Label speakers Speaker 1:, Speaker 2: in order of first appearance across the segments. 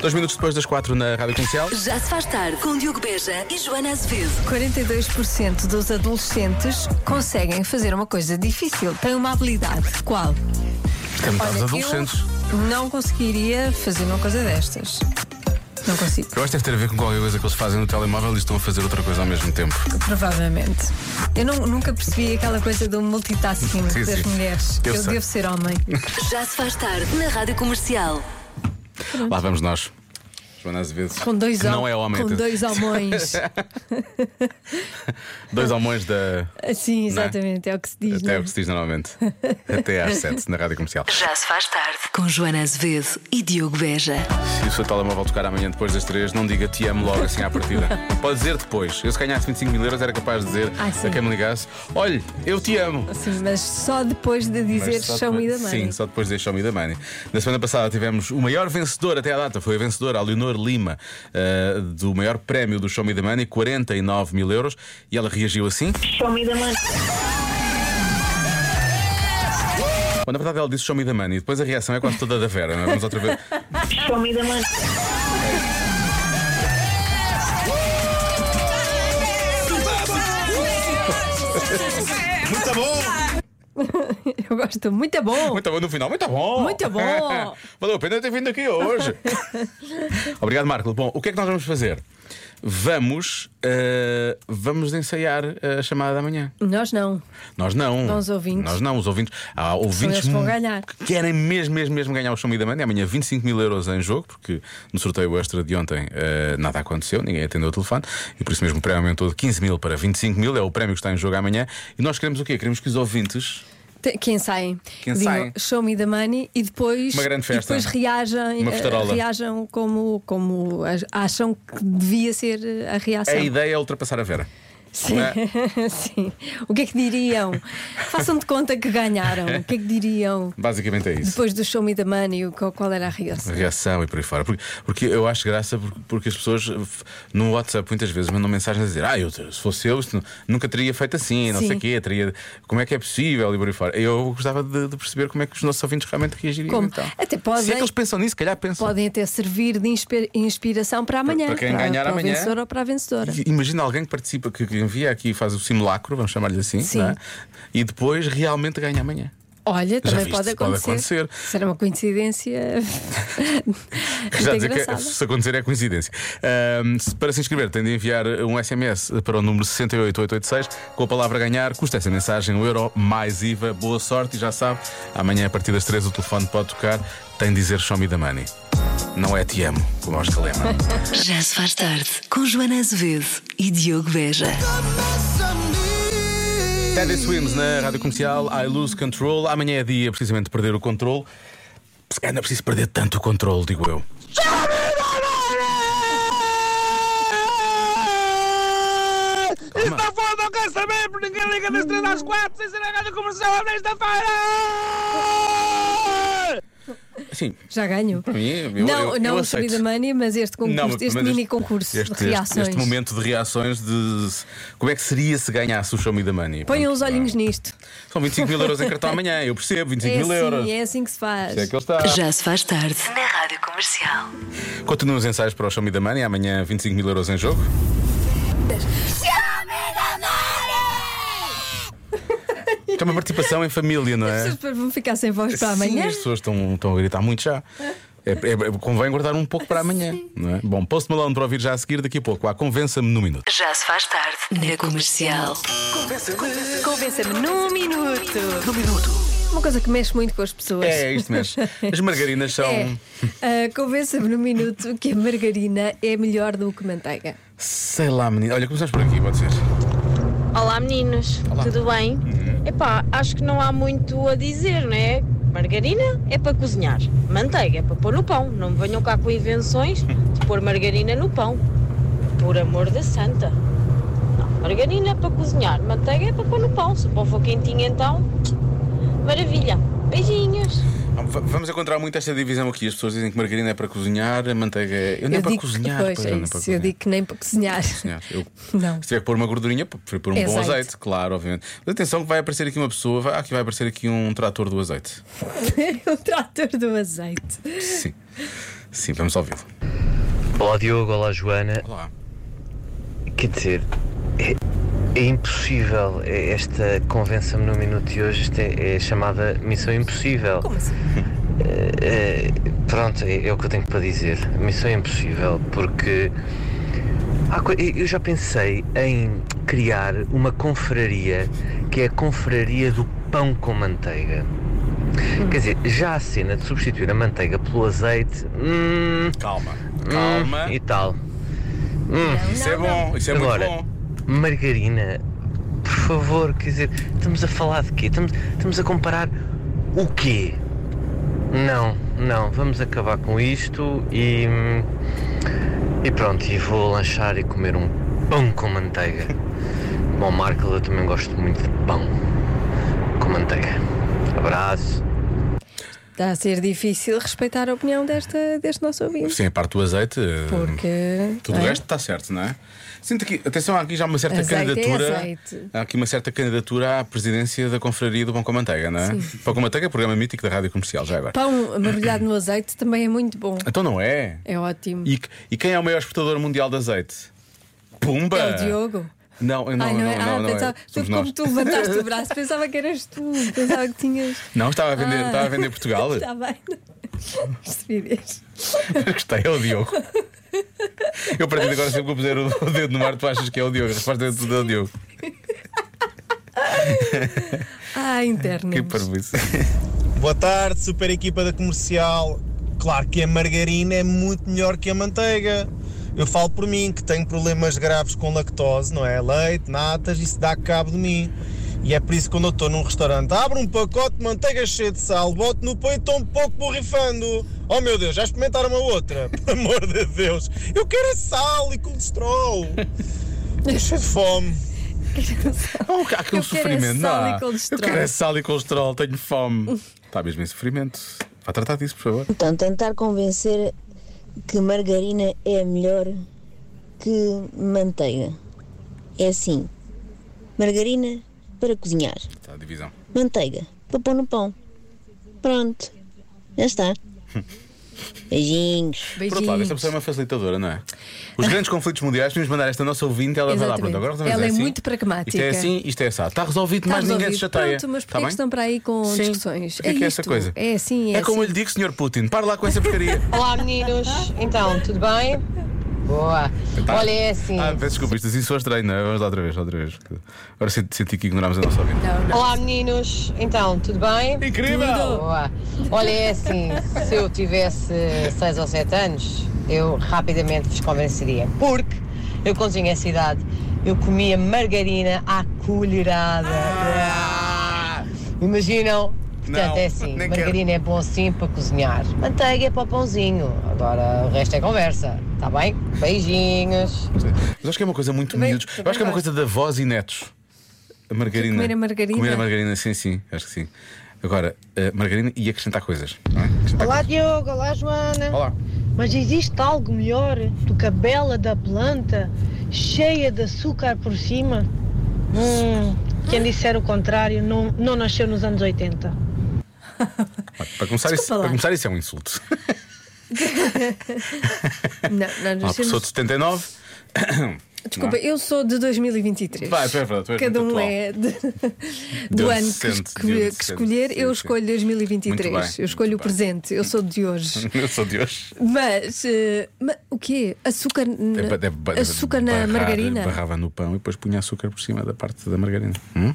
Speaker 1: Dois minutos depois das quatro na Rádio Comercial.
Speaker 2: Já se faz tarde com Diogo Beja e Joana Azevedo.
Speaker 3: 42% dos adolescentes conseguem fazer uma coisa difícil. Têm uma habilidade. Qual?
Speaker 1: Temos
Speaker 3: Olha,
Speaker 1: os adolescentes.
Speaker 3: Eu não conseguiria fazer uma coisa destas. Não consigo,
Speaker 1: Eu acho que deve ter a ver com qualquer coisa que eles fazem no telemóvel e estão a fazer outra coisa ao mesmo tempo.
Speaker 3: provavelmente. Eu não- nunca percebi aquela coisa do multitasking
Speaker 1: Sim,
Speaker 3: das
Speaker 1: sim.
Speaker 3: mulheres.
Speaker 1: Eu sei.
Speaker 3: devo ser homem.
Speaker 2: Já se faz tarde na Rádio Comercial.
Speaker 1: Lá vamos nós. Joana Azevedo.
Speaker 3: Com dois
Speaker 1: que Não
Speaker 3: hom-
Speaker 1: é homem.
Speaker 3: Com
Speaker 1: atenção.
Speaker 3: dois homens.
Speaker 1: Dois homens da.
Speaker 3: Sim,
Speaker 1: Não é?
Speaker 3: exatamente. É o que se diz.
Speaker 1: Até
Speaker 3: não é?
Speaker 1: o que se diz normalmente. Até às sete na Rádio Comercial.
Speaker 2: Já se faz tarde com Joana Azevedo e Diogo Beja.
Speaker 1: Se o seu telemóvel tocar amanhã depois das três, não diga te amo logo assim à partida. Pode dizer depois. Eu se ganhasse 25 mil euros era capaz de dizer
Speaker 3: Ah, sim.
Speaker 1: a quem me ligasse: Olha, eu te amo.
Speaker 3: Sim, mas só depois de
Speaker 1: Mas
Speaker 3: dizer
Speaker 1: só
Speaker 3: show me the
Speaker 1: depois-
Speaker 3: money.
Speaker 1: Sim, só depois de Show Me the Money. Na semana passada tivemos o maior vencedor até à data, foi a vencedora, a Leonor Lima, eh, do maior prémio do Show Me the Money, 49 mil euros, e ela reagiu assim.
Speaker 4: Show me the money.
Speaker 1: Bom, na verdade ela disse Show Me the Money, e depois a reação é quase toda da Vera, não é? Vamos outra vez.
Speaker 4: Show me the money.
Speaker 5: Muito bom!
Speaker 3: Eu gosto. Muito é bom.
Speaker 1: Muito bom no final, muito bom!
Speaker 3: Muito bom.
Speaker 1: Valeu a pena ter vindo aqui hoje. Obrigado, Marco. Bom, o que é que nós vamos fazer? Vamos, eh, vamos ensaiar eh, a chamada da manhã.
Speaker 3: Nós não.
Speaker 1: Nós não.
Speaker 3: Não, os ouvintes.
Speaker 1: Nós não, os ouvintes. Há ouvintes
Speaker 3: eles que vão
Speaker 1: mu-
Speaker 3: ganhar.
Speaker 1: que querem mesmo, mesmo, mesmo ganhar o Show Me the Money. Amanhã 25 mil euros em jogo, porque no sorteio extra de ontem eh, nada aconteceu, ninguém atendeu o telefone. E por isso mesmo o prémio aumentou de 15 mil para 25 mil. É o prémio que está em jogo amanhã. E nós queremos o quê? Queremos que os ouvintes.
Speaker 3: Te- Quem saem?
Speaker 1: Quem
Speaker 3: Digam,
Speaker 1: saem?
Speaker 3: Show me the money e depois,
Speaker 1: Uma grande
Speaker 3: e
Speaker 1: festa.
Speaker 3: depois reajam,
Speaker 1: Uma
Speaker 3: eh,
Speaker 1: festarola.
Speaker 3: reajam como, como as- acham que devia ser eh, a reação.
Speaker 1: A ideia é ultrapassar a Vera.
Speaker 3: Sim.
Speaker 1: é?
Speaker 3: Sim. O que é que diriam? Façam de conta que ganharam. O que é que diriam
Speaker 1: Basicamente é isso.
Speaker 3: depois do show me the money? o- Qual qual era a reação?
Speaker 1: Reação e por aí fora. Porque, porque eu acho graça porque, porque as pessoas eh, f- no WhatsApp muitas vezes mandam mensagens a dizer: Ah, eu, se fosse eu, isto nu- nunca teria feito assim, não
Speaker 3: Sim.
Speaker 1: sei o quê, teria, como é que é possível e por aí fora. Eu gostava de, de perceber como é que os nossos ouvintes realmente reagiriam.
Speaker 3: Como?
Speaker 1: Então.
Speaker 3: Até podem-
Speaker 1: Se é que eles pensam nisso, se calhar pensam.
Speaker 3: Podem até servir de inspi- inspiração para amanhã.
Speaker 1: para quem ganhar
Speaker 3: para o
Speaker 1: amanhã.
Speaker 3: vencedor ou para a vencedora.
Speaker 1: I- Imagina alguém que participa, que que envia aqui e faz o simulacro, vamos chamar-lhe assim,
Speaker 3: Sim.
Speaker 1: não é? e depois realmente ganha amanhã.
Speaker 3: Olha, também
Speaker 1: viste,
Speaker 3: pode,
Speaker 1: pode
Speaker 3: acontecer.
Speaker 1: acontecer.
Speaker 3: Será uma coincidência.
Speaker 1: Já
Speaker 3: muito
Speaker 1: dizer que
Speaker 3: engraçada.
Speaker 1: se acontecer é coincidência. Ahm, se- para se inscrever, tem de enviar um SMS para o número 68886 com a palavra ganhar. Custa essa mensagem um euro mais IVA. Boa sorte e já sabe, amanhã a partir das 3 o telefone pode tocar. Tem de dizer show me the money. Não é te amo, como aos que lembra.
Speaker 2: Já se faz tarde com Joana Azevedo e Diogo Beja.
Speaker 1: Teddy Swims na rádio comercial. I lose control. Amanhã é dia precisamente de perder o controle. Se calhar não é preciso perder tanto o controle, digo eu.
Speaker 5: Isso não foi, não quero saber, porque ninguém liga das 3 às 4 sem ser a rádio comercial nesta feira!
Speaker 1: Assim,
Speaker 3: Já ganho.
Speaker 1: mim, eu-
Speaker 3: não,
Speaker 1: eu-
Speaker 3: não
Speaker 1: eu
Speaker 3: o Show Me
Speaker 1: aceito.
Speaker 3: the Money, mas este Um concurso,
Speaker 1: Não, mas-
Speaker 3: este
Speaker 1: mas
Speaker 3: mini concurso
Speaker 1: este-
Speaker 3: de
Speaker 1: este-
Speaker 3: reações.
Speaker 1: Este momento de reações de se- como é que seria se ganhasse o show me the money.
Speaker 3: Ponham
Speaker 1: Pronto,
Speaker 3: os olhinhos
Speaker 1: vá.
Speaker 3: nisto.
Speaker 1: São 25 mil euros em cartão amanhã, eu percebo, 25
Speaker 3: É
Speaker 1: mil euros.
Speaker 3: assim, é assim que se faz.
Speaker 1: Se é que ele está.
Speaker 2: Já se faz tarde na Rádio Comercial.
Speaker 1: Continuam os ensaios para o show me the money, amanhã 25 mil euros em jogo. Isto é uma participação em família, não
Speaker 3: As
Speaker 1: é?
Speaker 3: pessoas vão ficar sem voz para
Speaker 1: Sim,
Speaker 3: amanhã.
Speaker 1: as pessoas estão, estão a gritar muito já. É, é- convém guardar um pouco para amanhã. Não é? Bom, Post Malone para ouvir já a seguir daqui a pouco. Há Convença-me no Minuto.
Speaker 2: Já se faz tarde na Comercial.
Speaker 3: Convença-me num minuto. Num minuto. Uma coisa que mexe muito com as pessoas.
Speaker 1: É, isto Então- mesmo. As margarinas são.
Speaker 3: É. Ah, Convença-me num minuto que a margarina é melhor do que manteiga.
Speaker 1: Sei lá, menino. Olha, começamos por aqui, pode ser.
Speaker 6: Olá meninos, tudo bem? Epá, acho que não há muito a dizer, não é? Margarina é para cozinhar, manteiga é para pôr no pão. Não me venham cá com invenções de pôr margarina no pão. Por amor da santa. Não, margarina é para cozinhar, manteiga é para pôr no pão. Se o pão for quentinho então, maravilha. Beijinhos.
Speaker 1: Ah, va- Vamos encontrar muito esta divisão aqui. As pessoas dizem que margarina é para cozinhar, a manteiga é. Eu nem é para cozinhar.
Speaker 3: Pois,
Speaker 1: pois,
Speaker 3: é
Speaker 1: eu não é
Speaker 3: isso,
Speaker 1: para
Speaker 3: eu
Speaker 1: cozinhar.
Speaker 3: digo que nem para cozinhar.
Speaker 1: Cozinhar. Eu-
Speaker 3: Não.
Speaker 1: Se tiver que pôr uma gordurinha, prefiro pôr um
Speaker 3: É
Speaker 1: bom
Speaker 3: azeite.
Speaker 1: azeite. claro, obviamente. Mas atenção que vai aparecer aqui uma pessoa, vai- ah, aqui vai aparecer aqui um trator do azeite.
Speaker 3: o Um trator do azeite.
Speaker 1: Sim. Sim, vamos ouvi-lo.
Speaker 7: Olá Diogo, olá Joana.
Speaker 1: Olá.
Speaker 7: Quer dizer, é, é impossível. É- Esta convença-me no minuto de hoje esta é, é chamada Missão Impossível.
Speaker 3: Como assim?
Speaker 7: É, pronto, é, é o que eu tenho para dizer. Missão Impossível, porque há coi- eu eu já pensei em criar uma confraria que é a confraria do pão com manteiga.
Speaker 3: Hum.
Speaker 7: Quer dizer, já a cena de substituir a manteiga pelo azeite. Hum,
Speaker 1: Calma.
Speaker 7: hum,
Speaker 1: Calma.
Speaker 7: e tal. Hum.
Speaker 1: Isso é bom, isso é
Speaker 7: Agora,
Speaker 1: muito bom.
Speaker 7: margarina, por favor, quer dizer, estamos a falar de quê? Estamos, estamos a comparar o quê? Não, não, vamos acabar com isto e. hum, E pronto, e vou lanchar e comer um pão com manteiga. Bom, Marco, eu também gosto muito de pão com manteiga. Abraço.
Speaker 3: Está a ser difícil respeitar a opinião desta, deste nosso ouvinte.
Speaker 1: Sim, a parte do azeite. eh,
Speaker 3: Porque.
Speaker 1: Tudo
Speaker 3: não
Speaker 1: o
Speaker 3: é?
Speaker 1: resto está certo, não é? Sinto aqui, atenção, há aqui já uma certa
Speaker 3: Azeite é
Speaker 1: candidatura.
Speaker 3: azeite.
Speaker 1: há aqui uma certa candidatura à presidência da Confraria do Pão com Manteiga, não é? Pão com Manteiga é programa mítico da Rádio Comercial, já agora.
Speaker 3: Pão mergulhado no azeite também é muito bom.
Speaker 1: Então não é?
Speaker 3: É ótimo.
Speaker 1: E, e quem é o maior exportador mundial de azeite? Pumba!
Speaker 3: É o Diogo.
Speaker 1: Não, eu não,
Speaker 3: Ai, não, é?
Speaker 1: não, não,
Speaker 3: ah,
Speaker 1: não é.
Speaker 3: pensava,
Speaker 1: Somos
Speaker 3: como
Speaker 1: nós.
Speaker 3: tu levantaste o braço, pensava que eras tu, pensava que tinhas.
Speaker 1: Não, estava a vender,
Speaker 3: Ah.
Speaker 1: estava a vender Portugal.
Speaker 3: Está bem. Estupidez.
Speaker 1: Gostei, é o Diogo. Eu, a partir de agora, sempre que eu puser o dedo no ar, tu achas que é o Diogo. A resposta é tudo é o Diogo.
Speaker 3: Ah, interno.
Speaker 1: Que parvoíce.
Speaker 5: Boa tarde, super equipa da comercial. Claro que a margarina é muito melhor que a manteiga. Eu falo por mim que tenho problemas graves com lactose, não é? Leite, natas, isso dá cabo de mim. E é por isso que quando eu estou num restaurante, abro um pacote de manteiga cheio de sal, boto no pão e estou um pouco borrifando. Oh meu Deus, já experimentaram uma outra? Por amor de Deus, eu quero é sal e colesterol. Estou cheio de fome.
Speaker 1: Oh, há aquele
Speaker 3: Eu quero é
Speaker 1: sofrimento.
Speaker 3: sal
Speaker 1: não
Speaker 3: e
Speaker 1: há. Eu
Speaker 3: colesterol.
Speaker 1: quero é sal e colesterol, tenho fome. Está mesmo em sofrimento. Vá tratar disso, por favor.
Speaker 8: Então, tentar convencer que margarina é melhor que manteiga. É assim: margarina para cozinhar,
Speaker 1: Está a divisão.
Speaker 8: manteiga para pôr no pão. Pronto, já está. Beijinhos.
Speaker 1: Por outro lado, esta pessoa é uma facilitadora, não é? Os grandes conflitos mundiais, podemos mandar esta nossa ouvinte, ela vai lá,
Speaker 3: Ah. Exatamente.
Speaker 1: pronto, agora vamos
Speaker 3: Ela
Speaker 1: fazer
Speaker 3: é
Speaker 1: assim.
Speaker 3: muito pragmática.
Speaker 1: Isto é assim, isto é assado. Está resolvido, mais
Speaker 3: Está
Speaker 1: ninguém se
Speaker 3: resolvido.
Speaker 1: chateia.
Speaker 3: Pronto, mas
Speaker 1: Está
Speaker 3: porquê é que
Speaker 1: bem?
Speaker 3: estão para aí com
Speaker 1: Sim.
Speaker 3: discussões?
Speaker 1: Porquê que é essa
Speaker 3: isto.
Speaker 1: coisa?
Speaker 3: É assim, é,
Speaker 1: É
Speaker 3: assim.
Speaker 1: como eu lhe digo, Sr. Putin, para lá com essa porcaria.
Speaker 9: Olá meninos, então, tudo bem? Boa.
Speaker 1: Tá.
Speaker 9: Olha, é assim.
Speaker 1: Ah, peço desculpa, isto assim sou estranho, não é? Vamos lá outra vez, outra vez. Agora senti, senti que ignorámos a nossa ouvinte.
Speaker 3: Não, não.
Speaker 9: Olá meninos, então, tudo bem?
Speaker 1: Incrível!
Speaker 9: Boa. Olha, é assim, se eu tivesse 6 ou 7 anos, eu rapidamente vos convenceria. Porque eu, quando tinha essa idade, eu comia margarina à colherada. Imaginam? Portanto,
Speaker 1: Ah! Não,
Speaker 9: é assim,
Speaker 1: nem quero.
Speaker 9: margarina é bom sim para cozinhar. Manteiga é para o pãozinho. Agora o resto é conversa, está bem? Beijinhos.
Speaker 1: Mas acho que é uma coisa muito
Speaker 3: Também-
Speaker 1: miúdos. Eu
Speaker 3: também
Speaker 1: acho que é uma coisa de avós e netos. A margarina.
Speaker 3: Comer a margarina.
Speaker 1: Comer a margarina, sim, sim, acho que sim. Agora, a margarina e acrescentar coisas. Não é? Acrescentar
Speaker 6: Olá Diogo, olá Joana.
Speaker 1: coisas. Olá.
Speaker 6: Mas existe algo melhor do que a bela da planta cheia de açúcar por cima? Hum, quem disser o contrário não, não nasceu nos anos 80.
Speaker 1: Olha, Para começar, isso,
Speaker 3: Desculpa lá.
Speaker 1: para começar, isso é um insulto.
Speaker 3: Não, não, nós
Speaker 1: Uma
Speaker 3: temos-
Speaker 1: Ah, pessoa de 79.
Speaker 3: Desculpa, eu sou de 2023.
Speaker 1: é? Vai, vai, vai, tu és
Speaker 3: Cada
Speaker 1: muito
Speaker 3: um
Speaker 1: atual.
Speaker 3: é de-
Speaker 1: Deus
Speaker 3: do ano que,
Speaker 1: decente,
Speaker 3: escolhe-
Speaker 1: Deus
Speaker 3: que
Speaker 1: decente.
Speaker 3: escolher. eu
Speaker 1: Sim, sim.
Speaker 3: escolho 2023.
Speaker 1: Muito bem,
Speaker 3: eu escolho
Speaker 1: muito
Speaker 3: o
Speaker 1: bem.
Speaker 3: presente. Eu sou de hoje.
Speaker 1: Eu sou de hoje.
Speaker 3: Mas, eh, ma- o quê? Açúcar, na-
Speaker 1: É pa- deve ba-
Speaker 3: Né? açúcar na
Speaker 1: barrar-
Speaker 3: margarina?
Speaker 1: Barrava no pão e depois punha açúcar por cima da parte da margarina. Hum?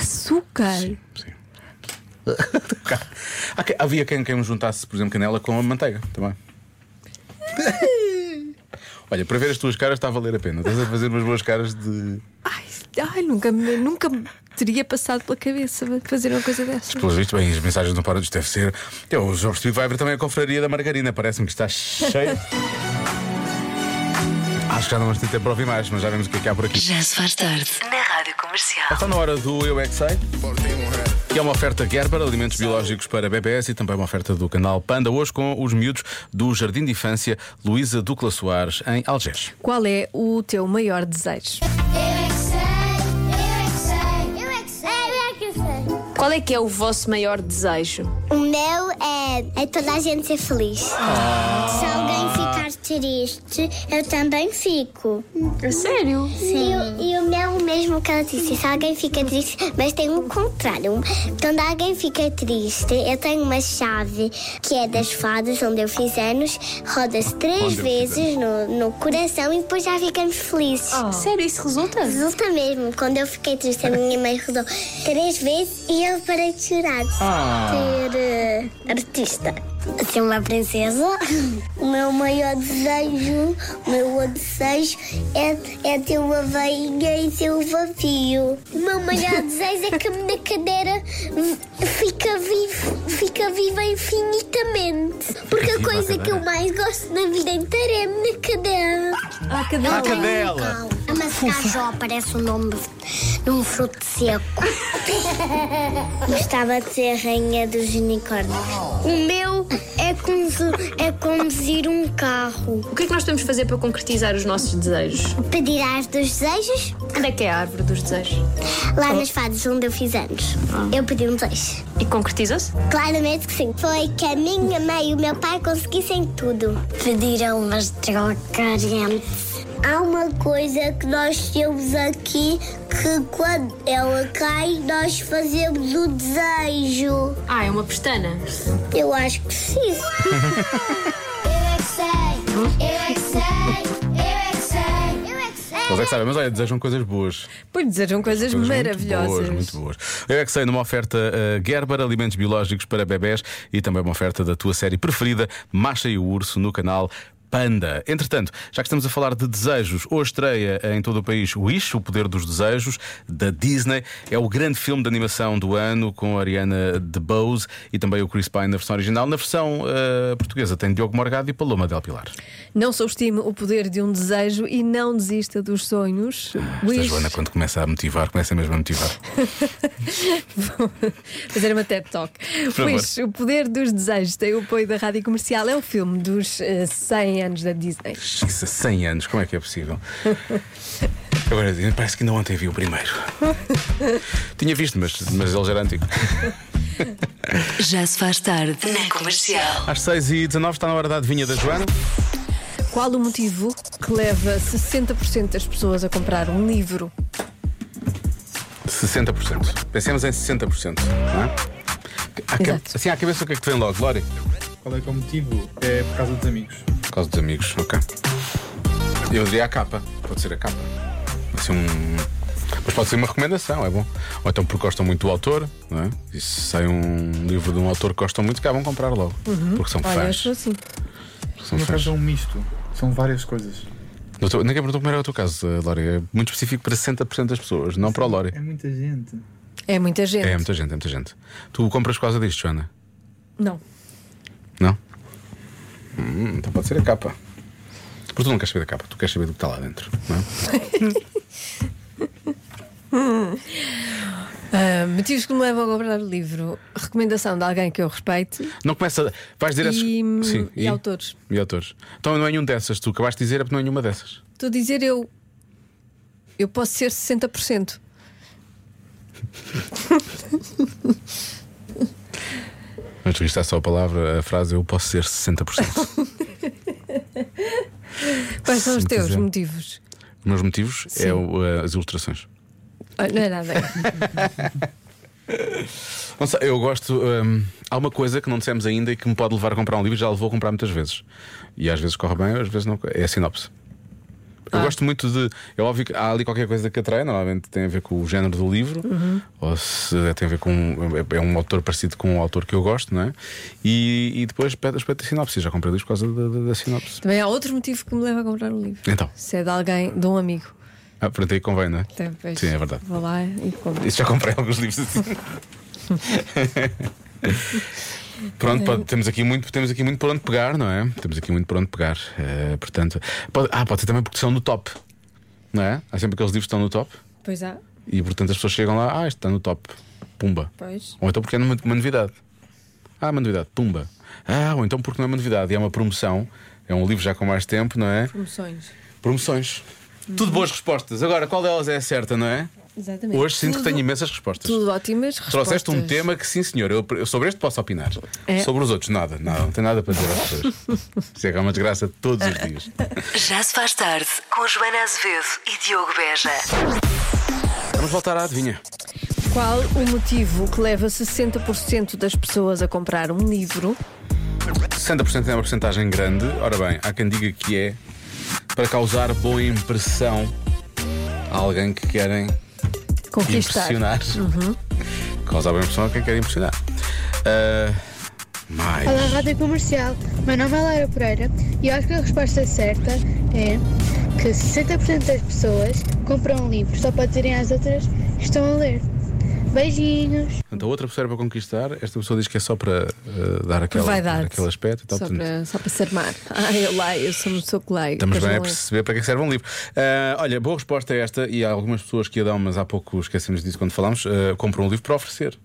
Speaker 3: Açúcar?
Speaker 1: Sim. Há quem- Havia quem, quem juntasse, por exemplo, canela com a manteiga também. Olha, para ver as tuas caras está a valer a pena. Estás a fazer umas boas caras de.
Speaker 3: Ai, ai, nunca, me- nunca me teria passado pela cabeça fazer uma coisa dessa.
Speaker 1: Pelos vistos, bem, as mensagens não param. Então, Isto deve ser. Eu já percebi que vai haver também a confraria da margarina. Parece-me que está cheio. Acho que já não vamos ter tempo para ouvir mais, mas já vemos o que é que há por aqui.
Speaker 2: Já se faz tarde na Rádio Comercial.
Speaker 1: Está na hora do Eu é que Sei, que é uma oferta Gerber, alimentos biológicos para BBS e também uma oferta do canal Panda, hoje com os miúdos do Jardim de Infância Luísa Ducla Soares, em Algés.
Speaker 3: Qual é o teu maior desejo?
Speaker 10: Qual é que é o vosso maior desejo?
Speaker 11: Ah.
Speaker 8: O meu é, é toda a gente ser feliz. Se alguém ficar triste, eu também fico.
Speaker 11: É sério?
Speaker 8: Sim. E, o- e o meu mesmo que ela disse, se alguém fica triste, mas tem um contrário. Quando alguém fica triste, eu tenho uma chave que é das fadas, onde eu fiz anos, roda-se três
Speaker 11: Onde eu fiz
Speaker 8: vezes no, no coração e depois já ficamos felizes. Sério, isso resulta? Resulta mesmo. Quando eu fiquei triste, a minha mãe rodou três vezes e eu parei de chorar.
Speaker 11: Ah.
Speaker 8: Ser eh, artista. Ser uma princesa. O meu maior desejo, o meu desejo é, é ter uma veinha e ter um vazio. O meu maior desejo é que a minha cadeira v- fica, viv- fica viva infinitamente. Porque a
Speaker 11: Viva a
Speaker 8: coisa que eu
Speaker 11: cadeira.
Speaker 8: mais gosto na vida inteira é a minha cadela. A
Speaker 11: cadela. A
Speaker 3: um.
Speaker 11: cadela.
Speaker 8: um Chama-se cajó, parece o nome de- de um fruto seco. Gostava de ser a rainha dos unicórnios. O meu é, condu é conduzir um carro.
Speaker 11: O que é que nós temos de fazer para concretizar os nossos desejos?
Speaker 8: Pedir aos dos desejos?
Speaker 11: Onde é que é a árvore dos desejos?
Speaker 8: Lá nas fadas onde eu fiz anos. Eu pedi um desejo.
Speaker 11: E concretizou-se?
Speaker 8: Claramente que sim. Foi que a minha mãe e o meu pai conseguissem tudo. Pediram umas drogas. Há uma coisa que nós temos aqui que quando ela cai, nós fazemos o desejo.
Speaker 11: Ah, é uma pestana?
Speaker 8: Eu acho que sim. Eu é que sei, eu é que sei, eu é que sei, eu é que sei.
Speaker 1: Eles é que sabem, mas olha, desejam coisas boas.
Speaker 3: Pois desejam coisas
Speaker 1: Coisas Muito boas,
Speaker 3: maravilhosas.
Speaker 1: muito boas. Eu é que sei numa oferta eh, Gerber, alimentos biológicos para bebés e também uma oferta da tua série preferida, Macha e o Urso, no canal. Panda. Entretanto, já que estamos a falar de desejos, hoje estreia eh, em todo o país Wish, o poder dos desejos, da Disney. É o grande filme de animação do ano, com a Ariana DeBose e também o Chris Pine na versão original. Na versão eh, portuguesa tem Diogo Morgado e Paloma Del Pilar.
Speaker 3: Não subestime o poder de um desejo e não desista dos sonhos.
Speaker 1: Esta
Speaker 3: Wish.
Speaker 1: Joana, quando começa a motivar, começa mesmo a motivar.
Speaker 3: Vou fazer uma TED Talk.
Speaker 1: favor.
Speaker 3: Pois, o poder dos desejos tem o apoio da Rádio Comercial. É o filme dos eh, 100 anos da Disney.
Speaker 1: Isso, 100 anos, como é que é possível? Agora, parece que ainda ontem vi o primeiro. Tinha visto, mas, mas ele já era antigo.
Speaker 2: Já se faz tarde na comercial.
Speaker 1: Às 6h19 está na hora da adivinha da Joana.
Speaker 3: Qual o motivo que leva 60% das pessoas a comprar um livro?
Speaker 1: 60%. Pensemos em 60%. Não é? À ca- Assim à cabeça, o que é que te vem logo, Lori?
Speaker 12: Qual é que é o motivo? É por causa dos amigos.
Speaker 1: Por causa dos amigos, ok. Eu diria a capa. Pode ser a capa. Assim um. Mas pode ser uma recomendação, é bom. Ou então porque gostam muito do autor, não é? E se sai um livro de um autor que gostam muito, cá vão comprar logo. Porque são
Speaker 12: Uhum. Olha,
Speaker 1: fãs.
Speaker 12: acho
Speaker 3: assim.
Speaker 1: São
Speaker 12: No meu
Speaker 1: fãs.
Speaker 12: caso é um misto. São várias coisas.
Speaker 1: Não tô- ninguém perguntou como era o teu caso, eh, Lori. É muito específico para 60% das pessoas, não para o Lori.
Speaker 12: É muita gente.
Speaker 3: É muita gente.
Speaker 1: É muita gente, é muita gente. Tu compras por causa disto, Joana?
Speaker 3: Não.
Speaker 1: Não? Hum, então pode ser a capa. Porque tu não queres saber da capa, tu queres saber do que está lá dentro, não é?
Speaker 3: Hum. Ah, motivos que me levam a comprar o livro. Recomendação de alguém que eu respeite.
Speaker 1: Não começa. Vais dizer esses-
Speaker 3: E- e autores.
Speaker 1: hum, E autores. Então não é nenhum dessas, tu acabaste de dizer, é porque não é nenhuma dessas.
Speaker 3: Estou a dizer eu. Eu posso ser 60%.
Speaker 1: Mas tu viste só a palavra, a frase, eu posso ser 60%.
Speaker 3: Quais são
Speaker 1: Se
Speaker 3: os
Speaker 1: me
Speaker 3: teus
Speaker 1: quiser.
Speaker 3: motivos?
Speaker 1: Os meus motivos
Speaker 3: Sim.
Speaker 1: é o, eh, as ilustrações.
Speaker 3: Ah, não é nada.
Speaker 1: Não sei, eu gosto. hum, há uma coisa que não dissemos ainda e que me pode levar a comprar um livro, já levou a comprar muitas vezes. E às vezes corre bem, às vezes não. É a sinopse. Eu gosto muito de. É óbvio que há ali qualquer coisa que atrai, normalmente tem a ver com o género do livro,
Speaker 11: Uhum.
Speaker 1: ou se tem a ver com. é- É um autor parecido com um autor que eu gosto, não é? E, e depois pede aspecto da sinopse. Já comprei livros por causa da, da- da sinopse.
Speaker 3: Também há outro motivo que me leva a comprar um livro.
Speaker 1: Então,
Speaker 3: Se é de alguém, de um amigo.
Speaker 1: ah, pronto, aí convém, não é?
Speaker 3: Então, pois,
Speaker 1: Sim, é verdade.
Speaker 3: Vou lá e compro.
Speaker 1: Isso já comprei alguns livros assim. Pronto, pode- temos, aqui muito, temos aqui muito por onde pegar, não é? Temos aqui muito por onde pegar. eh, portanto, pode, ah, pode ser também porque estão no top, não é? Há sempre aqueles livros que estão no top
Speaker 3: Pois há,
Speaker 1: e, portanto, as pessoas chegam lá, ah, isto está no top, pumba.
Speaker 3: pois.
Speaker 1: Ou então porque é uma, uma novidade. Ah, uma novidade, pumba. Ah, ou então porque não é uma novidade e é uma promoção, é um livro já com mais tempo, não é?
Speaker 3: Promoções.
Speaker 1: Promoções. Tudo boas respostas. Agora, qual delas é a certa, não é?
Speaker 3: Exatamente.
Speaker 1: Hoje sinto que
Speaker 3: Tudo-
Speaker 1: tenho imensas respostas.
Speaker 3: Tudo ótimas respostas.
Speaker 1: Trouxeste um tema que, sim, senhor, eu, eu sobre este posso opinar.
Speaker 3: É.
Speaker 1: Sobre os outros, nada, nada, não tem nada para dizer às pessoas. Isso é que é uma desgraça todos os dias.
Speaker 2: Já se faz tarde com Joana Azevedo e Diogo Beja.
Speaker 1: Vamos voltar à adivinha.
Speaker 3: Qual o motivo que leva 60% das pessoas a comprar um livro?
Speaker 1: 60% é uma porcentagem grande. Ora bem, há quem diga que é para causar boa impressão a alguém que querem
Speaker 3: Conquistar.
Speaker 1: impressionar.
Speaker 3: Uhum.
Speaker 1: Causar boa impressão a quem quer impressionar. Ah, mais.
Speaker 13: Olá, Rádio Comercial. Meu nome é Laura Pereira e eu acho que a resposta certa é que 60% das pessoas compram um livro só para dizerem às outras que estão a ler. Beijinhos!
Speaker 1: Portanto, a Então, outra pessoa era para conquistar, esta pessoa diz que é só para ah, dar aquela,
Speaker 3: Vai dar.
Speaker 1: aquele aspecto e tal.
Speaker 3: Só
Speaker 1: Portanto,
Speaker 3: para, só para se armar. Ah, eu leio, eu sou uma pessoa que leio.
Speaker 1: Estamos
Speaker 3: mas
Speaker 1: bem a
Speaker 3: não leio.
Speaker 1: perceber para que é que serve um livro. Ah, olha, boa resposta é esta, e há algumas pessoas que a dão, mas há pouco esquecemos disso quando falámos. ah, compram um livro para oferecer.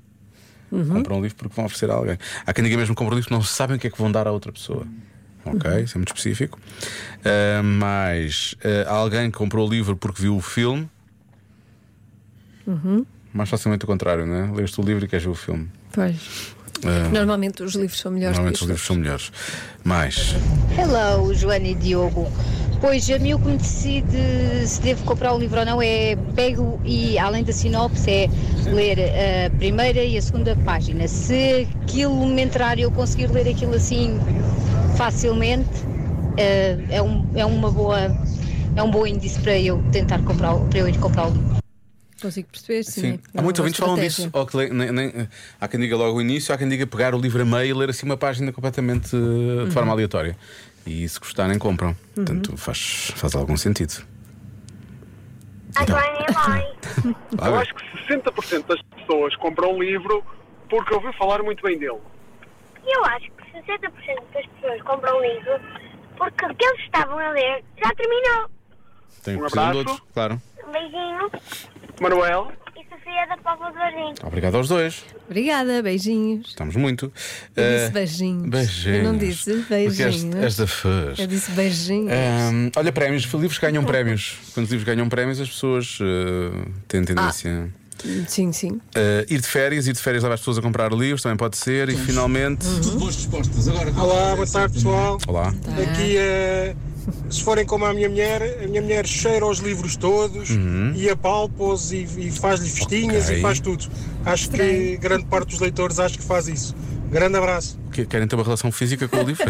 Speaker 3: Uhum.
Speaker 1: Compram um livro porque vão oferecer a alguém. Há quem diga mesmo que compram um livro que não sabem o que é que vão dar à outra pessoa. Ok,
Speaker 3: Uhum.
Speaker 1: isso é muito específico. Ah, mas ah, há alguém que comprou o livro porque viu o filme,
Speaker 3: Uhum.
Speaker 1: mais facilmente o contrário, não é? Leste o livro e queres ver o filme.
Speaker 3: Pois.
Speaker 1: Ah,
Speaker 3: Normalmente os livros são melhores
Speaker 1: normalmente
Speaker 3: que
Speaker 1: os livros são melhores. Mais.
Speaker 14: Hello, Joana e Diogo. Pois, a mim o que me decide se devo comprar o livro ou não é pego e, além da sinopse, é ler a primeira e a segunda página. Se aquilo me entrar e eu conseguir ler aquilo assim facilmente, eh, é, um, é uma boa... É um bom índice para eu tentar comprar, o- para eu ir comprar o livro.
Speaker 3: Consigo perceber, sim.
Speaker 1: Sim.
Speaker 3: É
Speaker 1: Há muitos
Speaker 3: uma
Speaker 1: ouvintes que falam
Speaker 3: estratégia.
Speaker 1: disso. Ou que le- nem- nem- há quem diga logo o início, há quem diga pegar o livro a meio e ler assim uma página completamente eh, de forma
Speaker 3: Uhum.
Speaker 1: aleatória. E se gostarem, compram. Portanto, faz, faz algum sentido. Vai
Speaker 15: Eu
Speaker 1: ver.
Speaker 15: acho que 60% das pessoas compram um livro porque ouviu falar muito bem dele.
Speaker 4: Eu acho que 60% das pessoas compram um livro porque o que eles estavam a ler já terminou. Um
Speaker 1: Tem
Speaker 15: Um
Speaker 1: precisam de
Speaker 15: abraço.
Speaker 1: outros, claro.
Speaker 4: Beijinho
Speaker 15: Manuel.
Speaker 4: e Sofia da Póvoa do Jardim.
Speaker 1: Obrigado aos dois.
Speaker 3: Obrigada, beijinhos.
Speaker 1: Estamos muito.
Speaker 3: Eu
Speaker 1: Eh,
Speaker 3: disse beijinhos.
Speaker 1: beijinhos.
Speaker 3: Eu não disse beijinhos. É
Speaker 1: Porque É. és- és da fãs.
Speaker 3: Eu disse beijinhos.
Speaker 1: Ahm, olha, prémios. Livros ganham prémios. Quando os livros ganham prémios, as pessoas eh,
Speaker 3: Ah.
Speaker 1: têm tendência.
Speaker 3: Sim, sim.
Speaker 1: Eh, ir de férias, ir de férias leva as pessoas a comprar livros, também pode ser, e finalmente.
Speaker 3: Hum.
Speaker 16: Boas respostas. Agora, é
Speaker 5: Olá, boa tarde pessoal.
Speaker 1: Olá.
Speaker 5: Aqui é. Se forem como a minha mulher, a minha mulher cheira os livros todos
Speaker 1: Uhum.
Speaker 5: e apalpa-os e, e faz-lhe festinhas
Speaker 1: Ok.
Speaker 5: e faz tudo. Acho que grande parte dos leitores acho que faz isso. Grande abraço.
Speaker 1: Que- Querem ter uma relação física com o livro?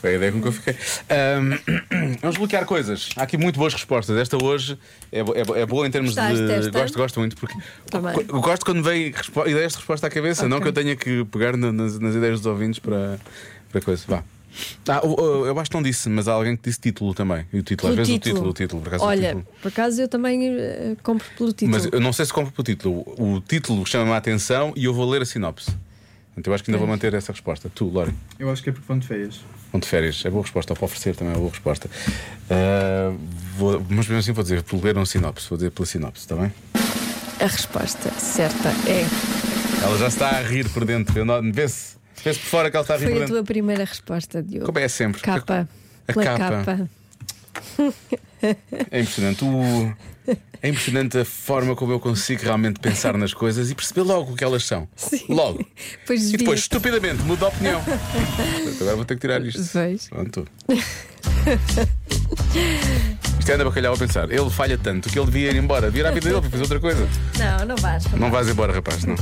Speaker 1: Foi a ideia com que eu fiquei. Ahm, vamos bloquear coisas. Há aqui muito boas respostas. Esta hoje é, bo- é bo- é boa em termos
Speaker 3: Gostaste
Speaker 1: de.
Speaker 3: desta?
Speaker 1: Gosto, gosto muito, porque
Speaker 3: Também.
Speaker 1: eu gosto quando vem respo- ideias de resposta à cabeça, não
Speaker 3: Ok.
Speaker 1: que eu tenha que pegar na- nas, nas ideias dos ouvintes para, para coisa. Vá. Ah, o- o- eu acho que não disse, mas há alguém que disse título também. E o título, às
Speaker 3: Pelo
Speaker 1: vezes o título, o título, por acaso o
Speaker 3: Olha,
Speaker 1: título.
Speaker 3: por acaso eu também eh, compro pelo título.
Speaker 1: Mas eu não sei se compro pelo título. O título chama-me a atenção e eu vou ler a sinopse. Então eu acho que ainda vou manter essa resposta. Tu, Lori,
Speaker 12: Eu acho que é porque vão de férias.
Speaker 1: vão de férias. É boa resposta. Ou para oferecer também é boa resposta. Ah, vou- mas mesmo assim vou dizer, por ler um sinopse. Vou dizer pela sinopse, está bem?
Speaker 3: A resposta certa é.
Speaker 1: Ela já está a rir por dentro. Eu não- Vê-se. Vê-se por fora que ela está a rir por
Speaker 3: Foi a
Speaker 1: dentro.
Speaker 3: tua primeira resposta, Diogo.
Speaker 1: Como é sempre.
Speaker 3: Capa.
Speaker 1: A
Speaker 3: Pela
Speaker 1: capa.
Speaker 3: capa.
Speaker 1: É impressionante. O- É impressionante a forma como eu consigo realmente pensar nas coisas e perceber logo o que elas são. Logo.
Speaker 3: Pois
Speaker 1: E depois, estupidamente, mudo a opinião. Portanto, Agora vou ter que tirar isto.
Speaker 3: Pois.
Speaker 1: Pronto. Isto é Ana Bacalhau a pensar. Ele falha tanto que ele devia ir embora, devia ir à vida dele para fazer outra coisa.
Speaker 3: Não, não vais.
Speaker 1: Não vais embora, rapaz, não.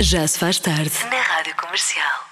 Speaker 2: Já se faz tarde na Rádio Comercial.